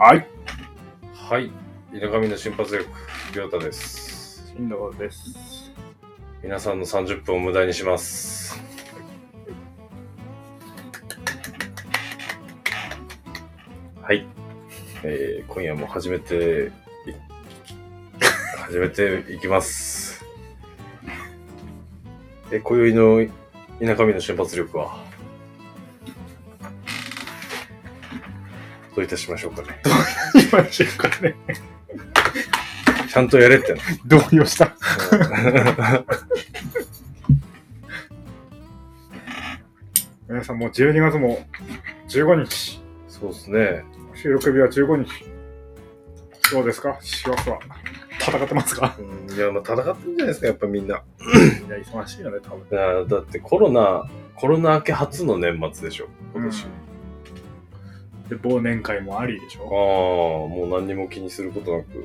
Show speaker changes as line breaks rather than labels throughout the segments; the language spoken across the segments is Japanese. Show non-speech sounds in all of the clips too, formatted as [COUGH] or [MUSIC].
はい。
はい。田上の瞬発力、りょうたです。
進藤です。
皆さんの30分を無駄にします。はい。えー、今夜も始めてい、始めていきます。え、今宵の田舎民の瞬発力はどういたしましょうかね。
今一緒かね。
ちゃんとやれってな。
動揺 [LAUGHS] した。皆さんもう12月も15日。
そうですね。
収録日は15日。どうですか師走は。戦ってますか
うんいや、まあ、戦ってんじゃないですか、やっぱみんな。
[LAUGHS] いや、忙しいよね、多分。
いやだってコロナ、コロナ明け初の年末でしょ、今年。
う
あ
んで、忘年会もありでし
あ、
ょ
もう何にも気にすることなく、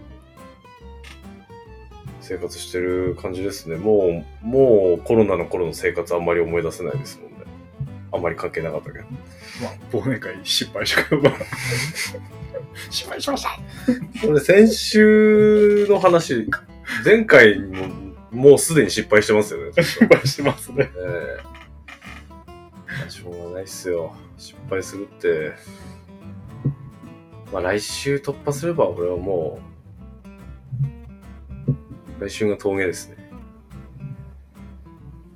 生活してる感じですね。もう、もうコロナの頃の生活あんまり思い出せないですもんね。あんまり関係なかったけど。
まあ、忘年会失敗したけど。 [LAUGHS] 失敗しました
これ先週の話、前回も、もうすでに失敗してますよね。
失敗してますね。
ええまあしょうがないっすよ。失敗するって。まあ来週突破すれば俺はもう、来週が峠ですね。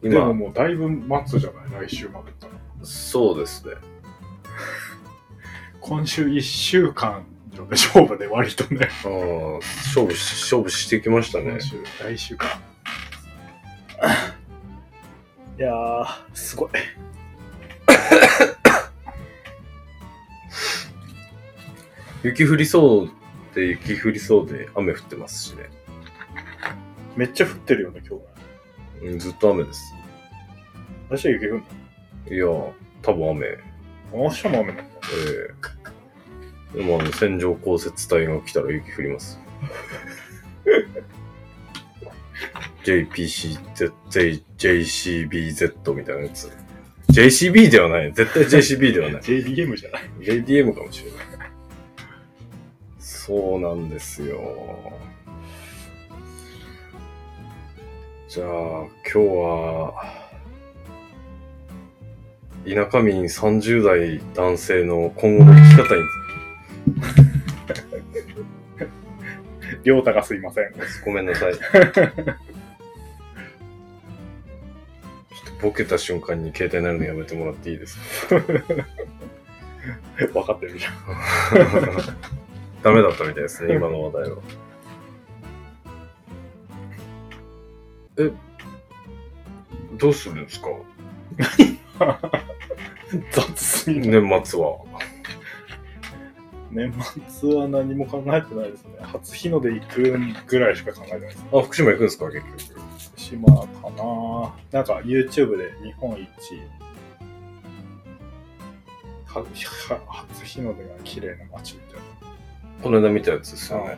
でも
今、
もうだいぶ待つじゃない来週までったら。
そうですね。
今週1週間の勝負で割とね。
うん、勝負し、勝負してきましたね
[LAUGHS] 今。週、来週か。いやー、すごい。
雪降りそうで雪降りそうで雨降ってますしね。
めっちゃ降ってるよね、今日は。
うん、ずっと雨です。
明日雪降る
いや、多分雨。
の明日も雨なんだ。
ええでもあの線状降雪帯が来たら雪降ります。JPCZ、JCBZ みたいなやつ。JCB ではない。絶対 JCB ではない。
JDM じゃない。
JDM かもしれない。そうなんですよ。じゃあ、今日は、田舎民30代男性の今後の生き方に
りょうたがすいません。
ごめんなさい。ちょっとボケた瞬間に携帯鳴るのやめてもらっていいですか
分かってるじゃん。
[LAUGHS] ダメだったみたいですね、今の話題は。え、どうするんですか
[LAUGHS] 雑すぎる。
年末は。
年末は何も考えてないですね。初日の出行くぐらいしか考えてないです。
あ、福島行くんですか結局。
島かななんか YouTube で日本一はは [LAUGHS] 初日の出が綺麗な街みたい
この間見たやつですよ
な、
ね。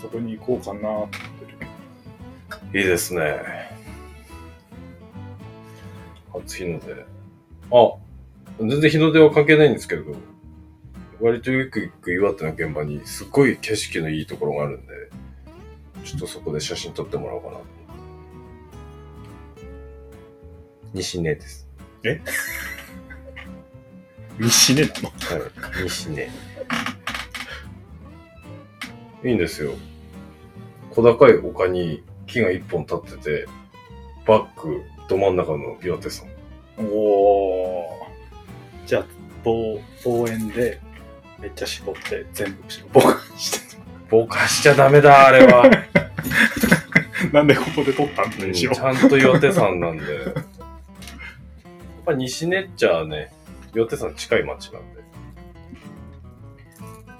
そこに行こうかなと思ってる
いいですね。初日の出。あ、全然日の出は関係ないんですけれど、割とよく行く岩手の現場にすごい景色のいいところがあるんで、ちょっとそこで写真撮ってもらおうかなと思って。西根です。
西根なの
はい。西根。いいんですよ。小高い丘に木が一本立ってて、バック、ど真ん中の岩手山。
おおじゃあ望望遠でめっちゃ絞って全部後ろボカンして
ぼかしちゃダメだ、あれは。
なんでここで撮ったん
う
で
ん
し
ち
ょう
ゃんと岩手山なんで。やっぱ西根っちゃね、岩手山近い町なんで。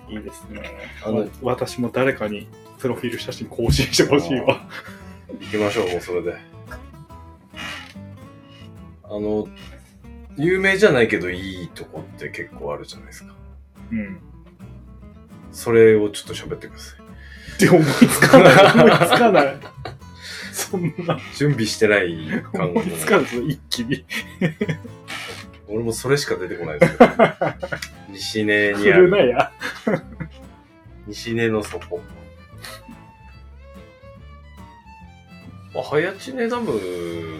いいですね
あの
わ私も誰かにプロフィール写真更新してほしいわ
行きましょう、もうそれで。あの、有名じゃないけどいいとこって結構あるじゃないですか。
うん
それをちょっと喋ってください。
って思いつかない。思いつかない。 [LAUGHS] そんな
準備してない感
思
が
い。つかないですよ、一気に。
俺もそれしか出てこな
[LAUGHS]
いですけど。西根にあ
古な
る。
や。
西根の底。まあ、早知根ダム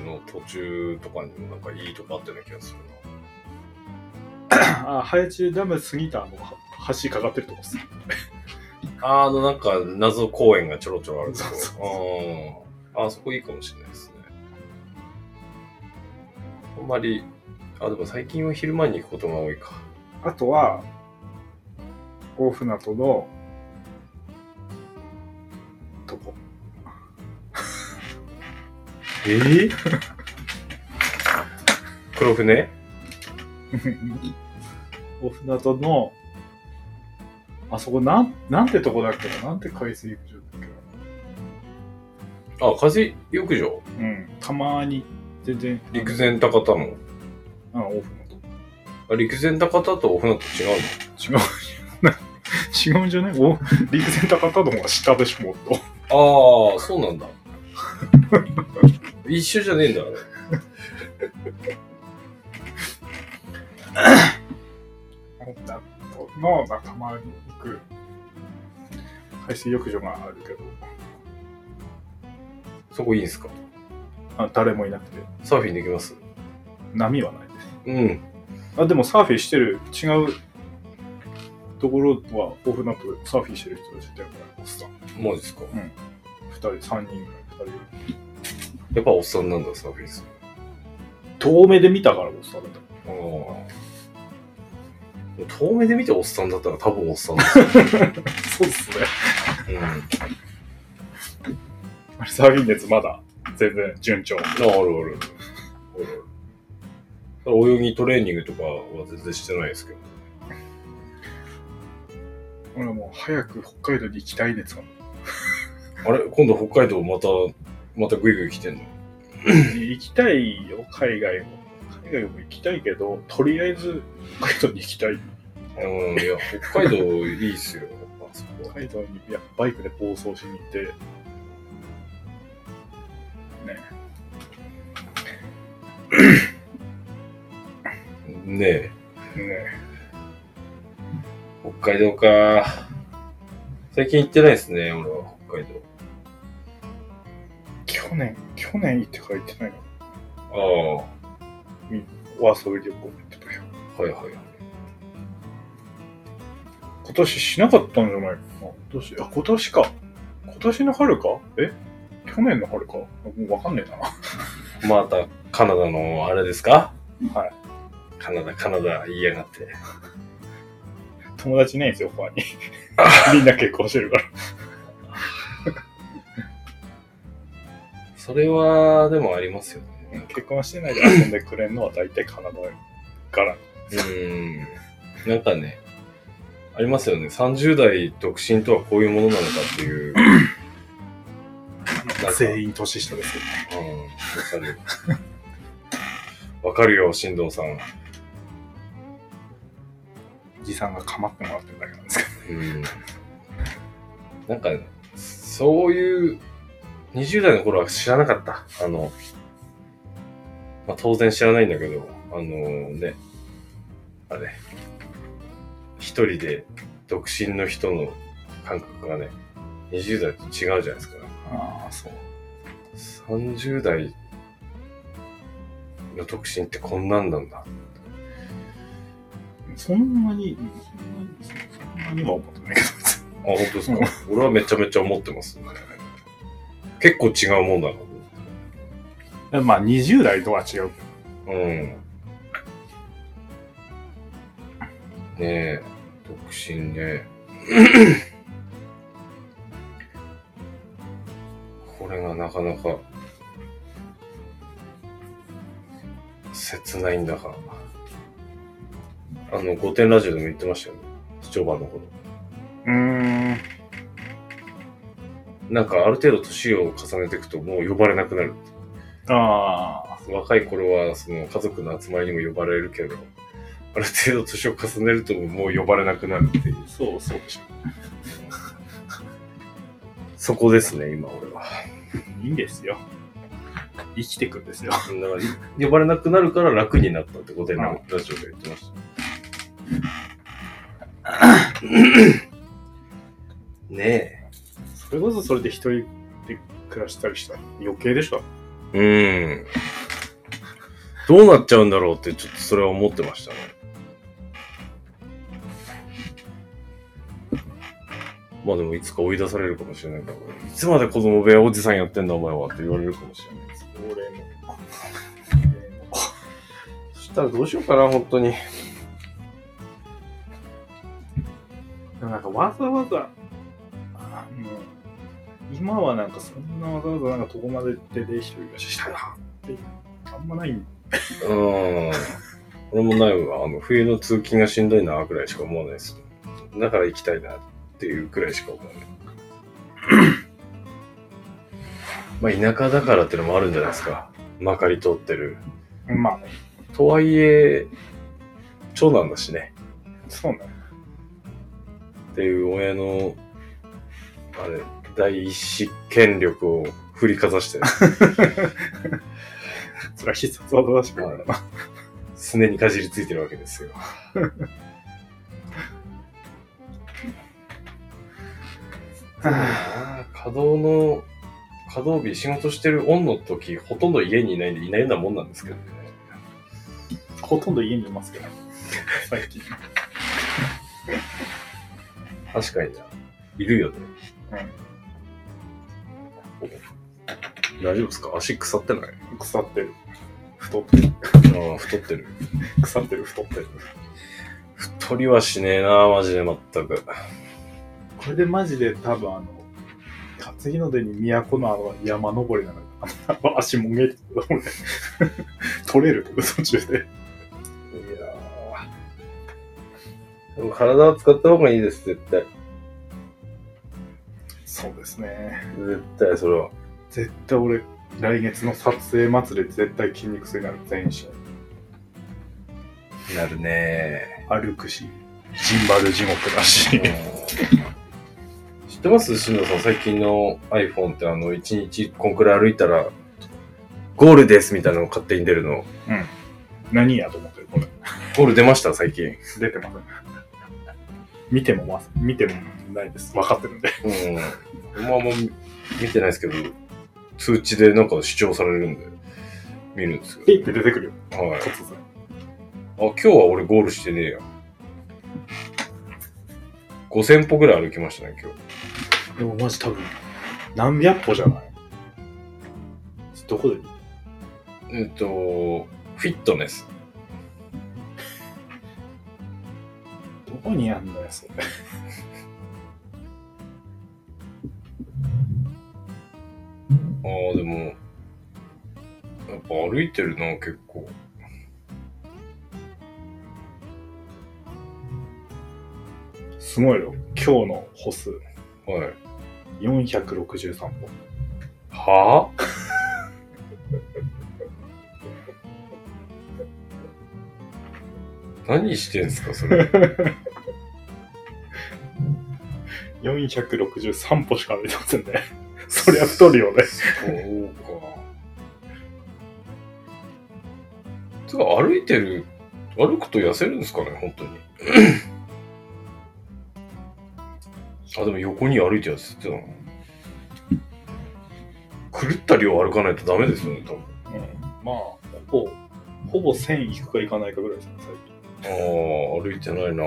の途中とかにもなんかいいとこあったような気がするな。
あ、早中ダム過ぎたあのは橋かかってるとこっすね。
あーあのなんか謎公園がちょろちょろあるとこ
そうそう
うんあそこいいかもしれないですね。あんまり、あ、でも最近は昼間に行くことが多いか。
あとは、大船渡の、とこ。 [LAUGHS]
えー、 [LAUGHS] 黒船
大船渡の、あそこなん、なんてとこだっけななんて海水浴場だっけな
あ、風浴場
うん、たまに全然
陸前高田の。
あオフのと
あ陸前高田とお船と違う
違うじゃない違うんじゃないお陸前高田の方が下でしょもっと
のああ、そうなんだ。 [LAUGHS] 一緒じゃねえんだ、あれ。
女との仲間に行く海水浴場があるけど
そこいいんすか
あ誰もいなくて
サーフィンできます
波はない
うん。
あでもサーフィンしてる違うところはオフナとサーフィンしてる人たちだよねおっさん
マジっすか
2人3人ぐらい2人ぐらい
やっぱおっさんなんだ、サーフィンする。
遠目で見たからおっさんだった
ああ。遠目で見ておっさんだったら多分おっさん [LAUGHS] ですよ。
そうっすね
うん。あ
あれサーフィン熱まだ全然順調
あるあるある。あるあるただ泳ぎトレーニングとかは全然してないですけど。
俺はもう早く北海道に行きたいですもん
あれ今度北海道また、またグイグイ来てんの
行きたいよ、海外も。海外も行きたいけど、とりあえず北海道に行きたい。
うん、いや、北海道いいっすよ。やっぱあそこは
北海道にいやバイクで暴走しに行って、ね。
ねえ、
ね
北海道か。最近行ってないですね、俺は北海道。
去年、去年行ってから行ってないの。
ああ、は
お遊び旅行行ってたよ。
いはいはい。
今年しなかったんじゃないかな。今年、あ、今年か。今年の春かえ去年の春かもうわかんねえな。 [LAUGHS]
また、カナダのあれですか。
はい
カナダ、カナダ言いやがって。
友達いないんですよ、 [LAUGHS] 他に。みんな結婚してるから。
それは、でもありますよね。
結婚してないで遊んでくれるのは大体カナダから。
うーん。なんかね、ありますよね。30代独身とはこういうものなのかっていう。なんか
[LAUGHS] 全員年下ですけど。
うん、わかる。わかるよ、進藤さん。
おじさんが構ってもらってるだけなんですけど。
うん。なんか、そういう、20代の頃は知らなかった。あの、まあ、当然知らないんだけど、あのね、あれ、一人で独身の人の感覚がね、20代と違うじゃないですか。
ああ、そう。
30代の独身ってこんなんなんだ。
そんなに、そんなに、そんなには思ってないけど、別に
あ、本当ですか。俺はめちゃめちゃ思ってます、ね。結構違うもんだなと思って。
まあ、20代とは違うけ
うん。ねえ、独身ね。 [COUGHS] これがなかなか、切ないんだが。あの、御殿ラジオでも言ってましたよね。視聴番の頃。
ど。うーん。
なんかある程度年を重ねていくともう呼ばれなくなる。
ああ。
若い頃はその家族の集まりにも呼ばれるけどある程度年を重ねるともう呼ばれなくなるっていう
そう、そうでしょ。
そこですね、今俺は。
いいんですよ。生きてくんですよ
だ。から、呼ばれなくなるから楽になったってことで、ラジオで言ってました。ね
それこそそれで一人で暮らしたりしたら余計でしょ。
え。うん。どうなっちゃうんだろうって、ちょっとそれは思ってましたね。まあでも、いつか追い出されるかもしれないから、いつまで子供部屋おじさんやってんだお前はって言われるかもしれないです。
俺も。 [LAUGHS]
そしたらどうしようかな、本当に。
でもなんかわざわざ、あの今はなんかそんなわざわざなんかどこまで出て一人暮らししたいなっていう、あんまないん
うん。俺もないわ。あの、冬の通勤がしんどいな、ぐらいしか思わないです。だから行きたいな、っていうくらいしか思わない。まあ、田舎だからってのもあるんじゃないですか。まかり通ってる。
まあね、
とはいえ、長男だしね。
そうね。
っていう親の、あれ、第一権力を振りかざして、
それは必殺技だ [LAUGHS] しかないな。
すねにかじりついてるわけですよ。稼働の、稼働日、仕事してるオンの時、ほとんど家にいないんでいないようなもんなんですけどね。
ほとんど家にいますけど、最近。
確かにな。いるよね。大丈夫ですか足腐ってない
腐ってる。太ってる。
ああ、太ってる。
腐ってる、太ってる。
太りはしねえな、マジで全く。
これでマジで多分あの、担ぎの出に都のあの山登りなのに、あの足もげると思うね取れるとか途中で。
いやーでも体を使った方がいいです、絶対。
そうですね。
絶対、それは。
絶対俺、来月の撮影祭り絶対筋肉痛になる、全身。
なるね
歩くし、ジンバル地獄だ
[LAUGHS]
し。
知ってます新藤さん、最近の iPhone ってあの、1日こんくらい歩いたら、ゴールですみたいなの勝手に出るの。
何やと思ってる、これ。
ゴール出ました、最近。
出てません。見てもま、見てもないです。分かってるんで。
うん。まあもう見てないですけど、通知でなんか主張されるんで、見るんです
ピ
よ。
ッて出てくるよ、
はい。あ、
突然。
今日は俺ゴールしてねえや。5000歩ぐらい歩きましたね、今日。
でもマジ多分、何百歩じゃないどこで
えっと、フィットネス。
どこにあんのよ、それ。
ああ、でも、やっぱ歩いてるな、結構。
すごいよ。今日の歩数、
はい。
463歩。
はあ [LAUGHS] 何してんすか、
[LAUGHS]
それ。
463歩しか歩いてませんね。 [LAUGHS] そりゃ太るよね。
そうか。つうか、歩いてる、歩くと痩せるんですかね、本当に。あ、でも横に歩いて痩せてたな。狂った量歩かないとダメですよね、多分。
うん、まあ、ほぼ、ほぼ1000いくかいかないかぐらいですね、最近。
ああ、歩いてないな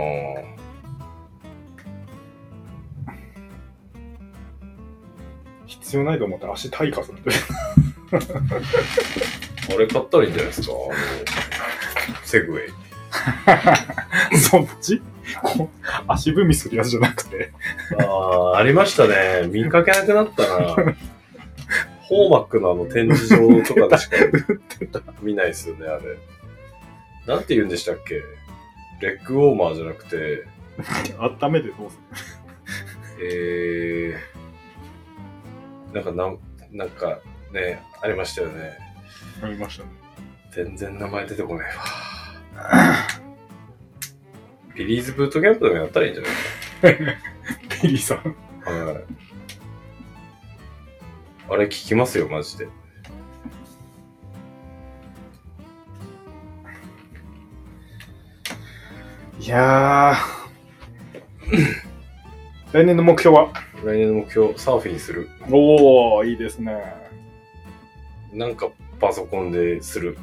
必要ないと思って足退化するんで。
あれ買ったらいいんじゃないですか、あの、セグウェ
[LAUGHS]
イ。
そっちこう足踏みするやつじゃなくて。
ああ、ありましたね。見かけなくなったな。ホーマックのあの展示場とかでしか見ないですよね、あれ。なんて言うんでしたっけレッグウォーマーじゃなくて、
温めてどうす
えー、なんかなん、なんかね、ありましたよね。
る飲みましたね。
全然名前出てこないわ。ビリーズブートキャンプでもやったらいいんじゃない
ペリーさん。
はい。あれ聞きますよ、マジで。
いやー [COUGHS] 来年の目標は
来年の目標、サーフィンする。
おおいいですね。
なんかパソコンでする。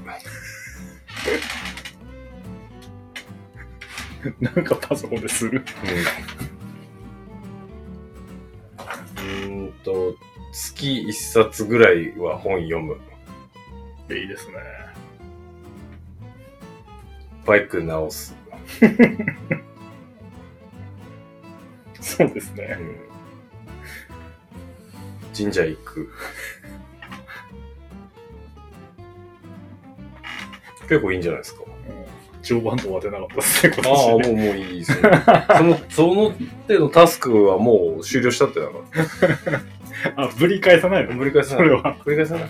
なんかパソコンでする。
うん。うーんと、月1冊ぐらいは本読む。
いいですね。
バイク直す。
そうです
う
ね。
ん、神社行く。結構いいんじゃないですか。
常磐道は出なかったですね、今
ああ、も
年。
う、もういい。その、その、その手のタスクはもう終了したってだから。
あぶり返さないの
繰り返さ
そ
ない。
れは。
繰り返さない。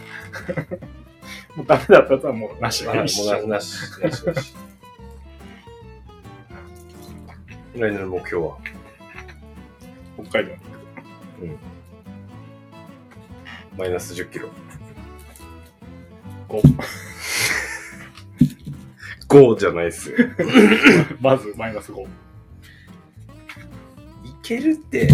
もうダメだったとはもうなし。
はい、もうなし、なし、なしなし。来年の目標は
北海道に行
マイナス10キロ。 [LAUGHS]
こ
5じゃないっすよ。
う。まずマイナス5。
いけるって。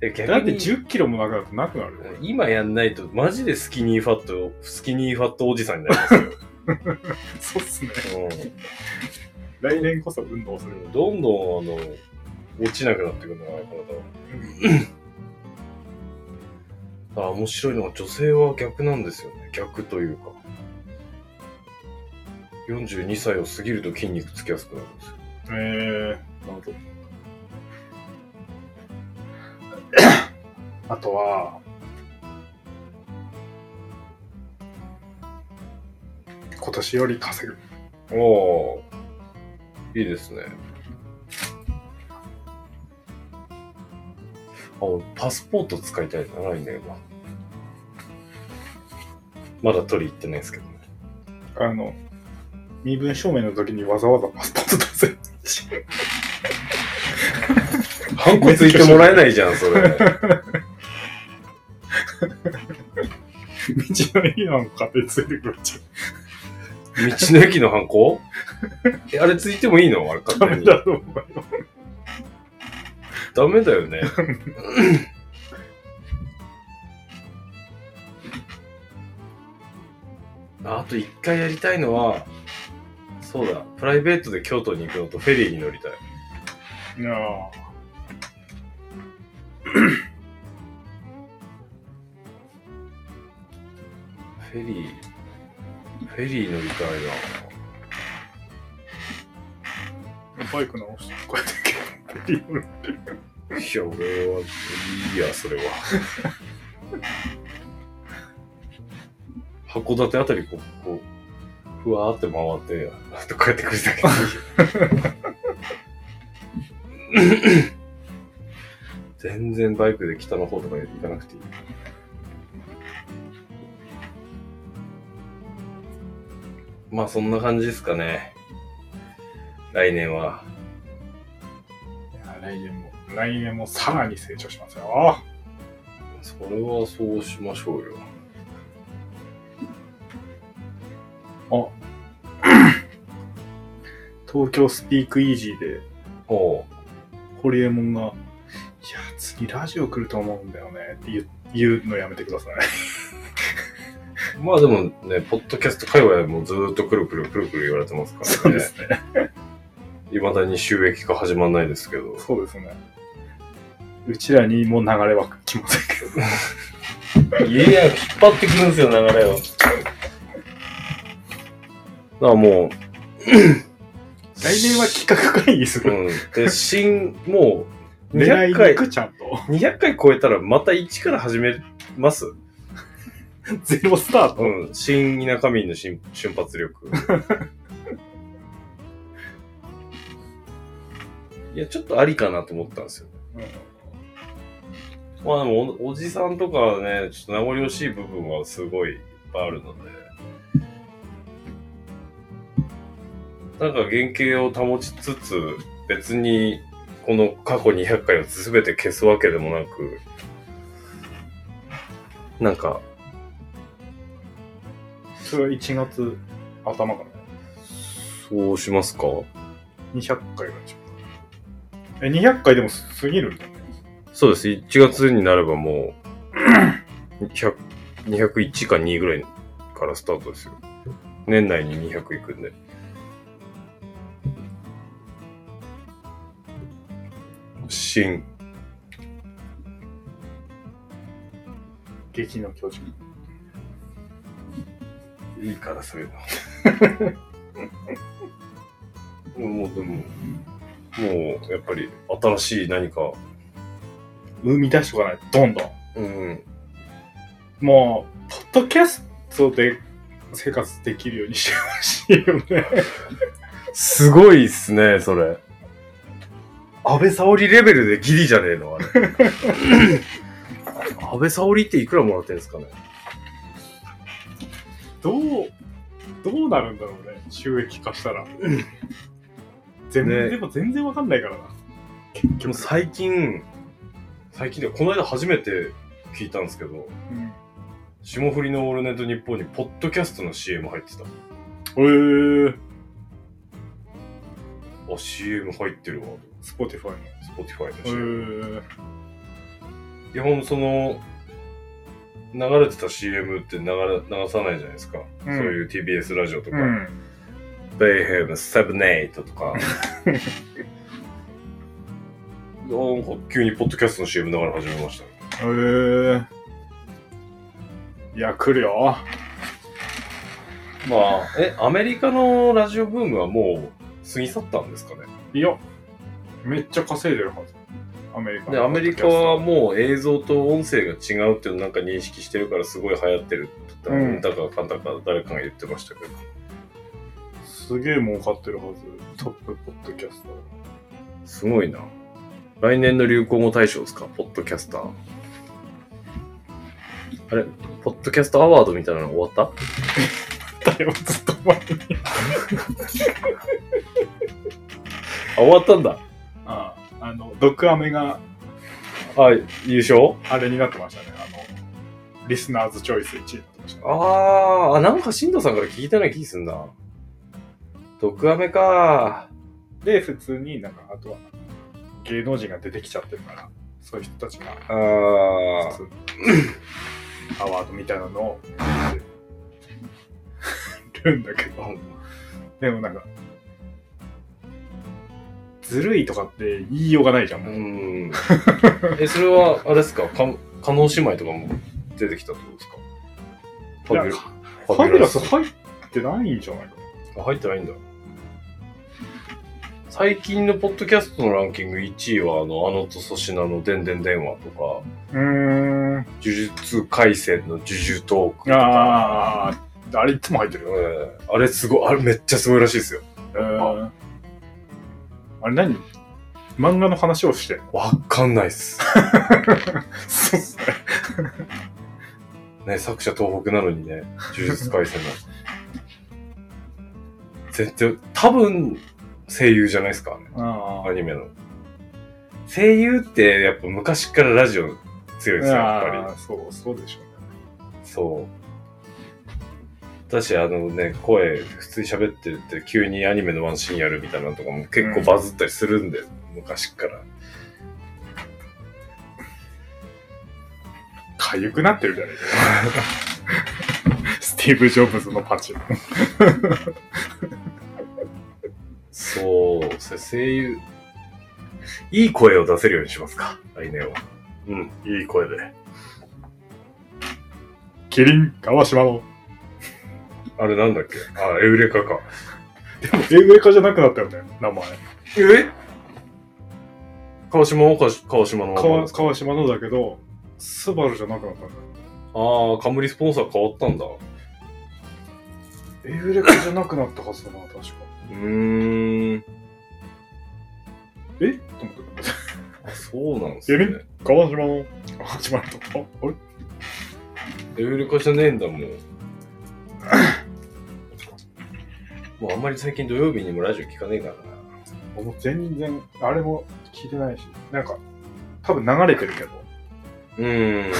で逆に
だって10キロもなくなるとなくなるよ。
今やんないと、マジでスキニーファット、スキニーファットおじさんになり [LAUGHS] ますよ。
そうっすね。来年こそ運動する。
うん、どんどん、あの、落ちなくなってくるんだな、体は。あ面白いのは女性は逆なんですよね逆というか42歳を過ぎると筋肉つきやすくなるんですよ
えー、なるほど。あとは、今年より稼ぐ。
おーいいですねあ俺パスポート使いたいな来年はまだ取り行ってないですけどね
あの、身分証明の時にわざわざパスポート出せ。
ハンコついてもらえないじゃんそれ
道の駅なんかでついてくるじ
道の駅のハンコえあれついてもいいのあれ
ゃん。ダ
勝手
メ
に
だと思うよ。
ダメ
[LAUGHS]
だよね。ああと一回やりたいのは、そうだ、プライベートで京都に行くのとフェリーに乗りたい。
いやー
フェリー、フェリー乗りたい
バイク直して、こうやって蹴って。
な。いや、俺は、いいや、それは。函館あたりこう、こう、ふわーって回って、あと帰ってくるだけでいいよ。全然バイクで北の方とか行かなくていい。まあそんな感じですかね。来年は。
いやー来年も、来年もさらに成長しますよ。
それはそうしましょうよ。
東京スピークイージーで、
おう
ホリエモンが、いや、次ラジオ来ると思うんだよねって言う言うのやめてください。
まあでもね、ポッドキャスト界隈もずーっとくるくるくるくる言われてますからね。
ね。
いまだに収益化始まんないですけ
[LAUGHS]
ど。
そうですね。うちらにも流れは来ませんけど。
いや、引っ張ってくるんですよ、流れを。だから [COUGHS] もう。
来年は企画会議する。
うん。で、新、もう、
狙い
200
に行
回、
くちゃんと。 [LAUGHS]
200回超えたらまた1から始めます。
ゼロスタート。
うん。新田舎民の新瞬発力。いや、ちょっとありかなと思ったんですよ。まあでもお、おじさんとかはね、ちょっと名残惜しい部分はすごいいっぱいあるので、なんか原型を保ちつつ、別にこの過去200回を全て消すわけでもなく、なんか、
それは1月頭から
そうしますか
200回ぐらいでしょ。え、200回でも過ぎるんだよね。
そうです。1月になればもう、100 [COUGHS] 201か2ぐらいからスタートですよ。年内に200いくんで。新、
激の巨人。
いいからそういう [LAUGHS] の。もうでも、もうやっぱり新しい何か、
生み出しとかないと、どんどん。
うん、
もう、ポッドキャストで生活できるようにしてほしいよね。 [LAUGHS]
すごいっすね、それ。安倍沙織レベルでギリじゃねえのあ [LAUGHS] れ。安倍沙織っていくらもらってんですかね
どう、どうなるんだろうね。収益化したら。全然、
ね
でも全然わかんないからな。結
でも最近、最近でこの間初めて聞いたんですけど、
うん
霜降りのオールナイトニッポンにポッドキャストの CM 入ってた。
えー、
あ、CM 入ってるわ。
スポティファイ
Spotify の CM。
の。えー、
基本その、流れてた CM って流れ流さないじゃないですか。
うん
そういう TBS ラジオとか。
うん。
ベイヘムセブネイトとか。 [LAUGHS] なんか急にポッドキャストの CM 流れ始めましたね。
えー、いや、来るよ。
まあ、え、アメリカのラジオブームはもう過ぎ去ったんですかね。
いや、めっちゃ稼いでるはず。アメリカの
で、アメリカはもう映像と音声が違うっていうのをなんか認識してるからすごい流行ってるって、
うん
だかかんだか誰かが言ってましたけど。
すげえ儲かってるはず。トップポッドキャスト。
すごいな。来年の流行語大賞ですか、ポッドキャスター。あれ、ポッドキャストアワードみたいなの終わった
だよ、ずっと前に。
あ、終わったんだ。
ああ、あの、毒アメが
あ、優勝
あれになってましたね。あの、リスナーズチョイス1位になってましたね。
あーあ、なんか新藤さんから聞いたような気すんな。毒アメか。
で、普通になんか、あとは、芸能人が出てきちゃってるから、そういう人たちが、
あー
普通にアワードみたいなのを、るんだけど、でもなんか、ずるいとかって言いようがないじゃん、
う
もう。 [LAUGHS]
ん。え、それは、あれですか、か、加納姉妹とかも出てきたってことですかファ
い
ビュラフ
やファビュラス
ファビ
入ってないんじゃないかな。
ュラスあ入ってないんだ。最近のポッドキャストのランキング1位は、あの、あのと粗品のでんでん電話と
う
か、
ーん。
呪術廻戦の呪術トークとか、
ああ、あれいつも入ってるよ。
えーあれすごい、あれめっちゃすごいらしいですよ。
えーあれ何漫画の話をしてんの
わかんないっす。
そうっすね。
ね、作者東北なのにね、呪術廻戦の。全然、多分、声優じゃないですか、ね、
あ
アニメの。声優って、やっぱ昔からラジオ強いですよ、やっぱ
あ、そう、そうでしょ
り。そう。だし、あのね、声、普通に喋ってるって、急にアニメのワンシーンやるみたいなのとかも結構バズったりするんで、昔から。
うね。かゆくなってるじゃないか。スティーブ・ジョブズのパチン。
そう、せ声優。いい声を出せるようにしますか、来年は。うん、いい声で。
キリン、川島の。
あれなんだっけあ、エウレカか。
え、上かじゃなくなったよね、名前。
え川島は川川島のままで
川
すか
川島のだけど、スバルじゃなくなったんだよ。
ああ、冠スポンサー変わったんだ。う
エウレカじゃなくなったはずだな、確か。
ーん。
えと思って。
あそうなんです
や
ね。
川島の、川島のとこ。あれ
エウレカじゃねえん [LAUGHS] だもん。もうあんまり最近土曜日にもラジオ聞かねえからな。
もう全然、あれも聞いてないし、なんか、多分流れてるけど、
うーん。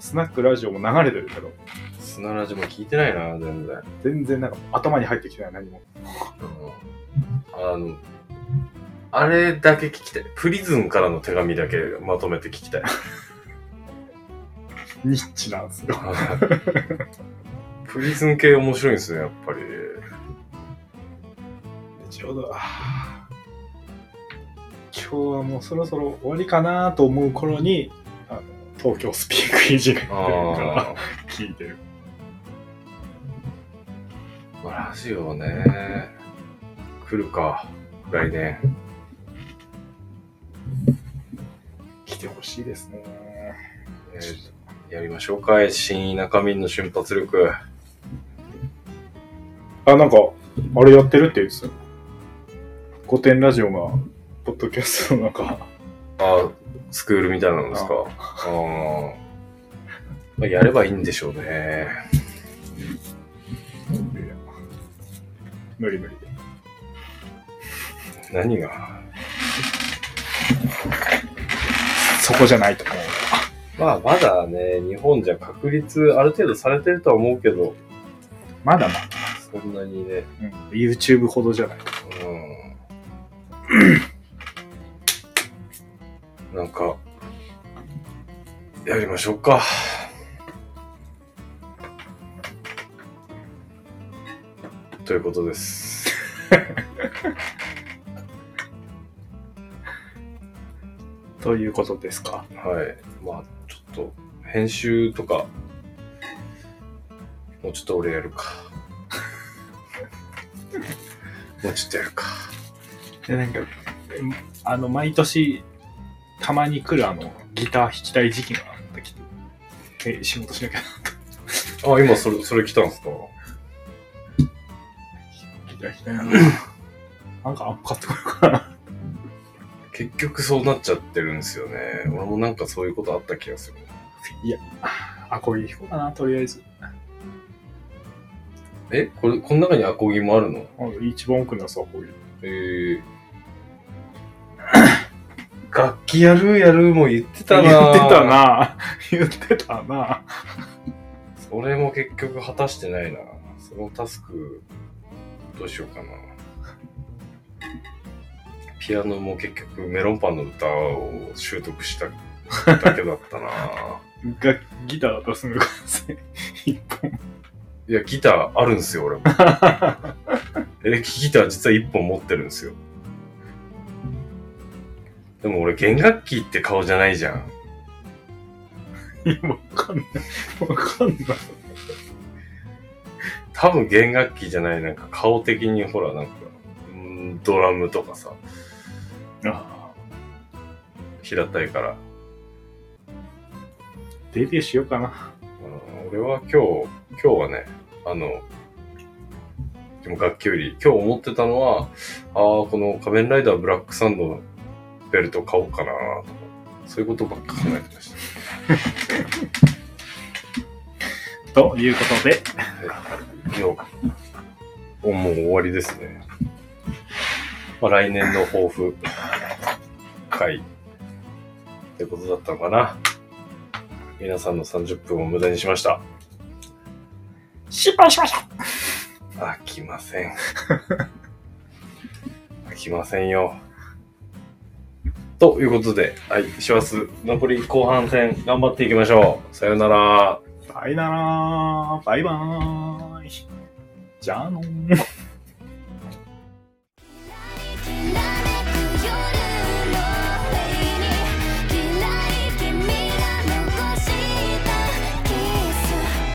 スナックラジオも流れてるけど、
[LAUGHS] 砂ラジも聞いてないな、全然。
全然なんか頭に入ってきてない何も。
あの、あれだけ聞きたい。プリズンからの手紙だけまとめて聞 [LAUGHS] きたい。
ニッチなんですよ。
プリズン系面白いんですね、やっぱり。
ちょうど、あー今日はもうそろそろ終わりかなと思う頃に、あの東京スピークイージーが出るから
あ
聞いてる。
あ、ラジオね。来るか、来年。
来てほしいですね。
えーやりましょうか、新田舎民の瞬発力。
あ、なんか、あれやってるって言うんですよ。古典ラジオが、ポッドキャストの中、
あスクールみたいなのですか。ああーやればいいんでしょうね。
いや無理無理で。
何が。
そこじゃないと思う。
まあ、まだね、日本じゃ確立ある程度されてるとは思うけど、
まだまだ、
そんなにね、
うん、YouTube ほどじゃない。
うん。なんか、やりましょうか。ということです。
ということですか。
はい。まあ、ちょっと、編集とか、もうちょっと俺やるか。もうちょっとやるか。
で、なんか、うんあの、毎年、たまに来るあの、ギター弾きたい時期があったきえ、仕事しなきゃ。
あ、今それ、それ来たんですか
ギター弾きたいな。なんかアンプ買ってこようかな。
結局そうなっちゃってるんですよね。俺もなんかそういうことあった気がする。
あ、これ弾こうかな、とりあえず。
えこれ、この中にアコギもあるの
あ一番奥のやつはこういう。
えー [COUGHS] 楽器やるやるも言ってたな
言ってた。な。言ってたな。
それも結局果たしてないな。そのタスク、どうしようかな。ピアノも結局メロンパンの歌を習得しただけだったな。
がギターだったらすぐ完成。一本。
いや、ギターあるんですよ、俺も。エレキギター実は1本持ってるんですよ。でも俺、弦楽器って顔じゃないじゃん。
いやわかんない。わかんない。
多分弦楽器じゃない、なんか顔的にほら、なんか、うんドラムとかさ、
あ
平たいから。
デビューしようかな。
うん俺は今日、今日はね、あの、でも楽器より、今日思ってたのは、ああ、この仮面ライダーブラックサンドのベルト買おうかなとか、そういうことばっか考えてました。
ということで、
いや、もう終わりですね。まあ、来年の抱負会ってことだったのかな。皆さんの30分を無駄にしました。
失敗しました
飽きません。飽きませんよ。ということで、はい、師走、残り後半戦頑張っていきましょう。さよなら。
さよならバイバーイじゃあのー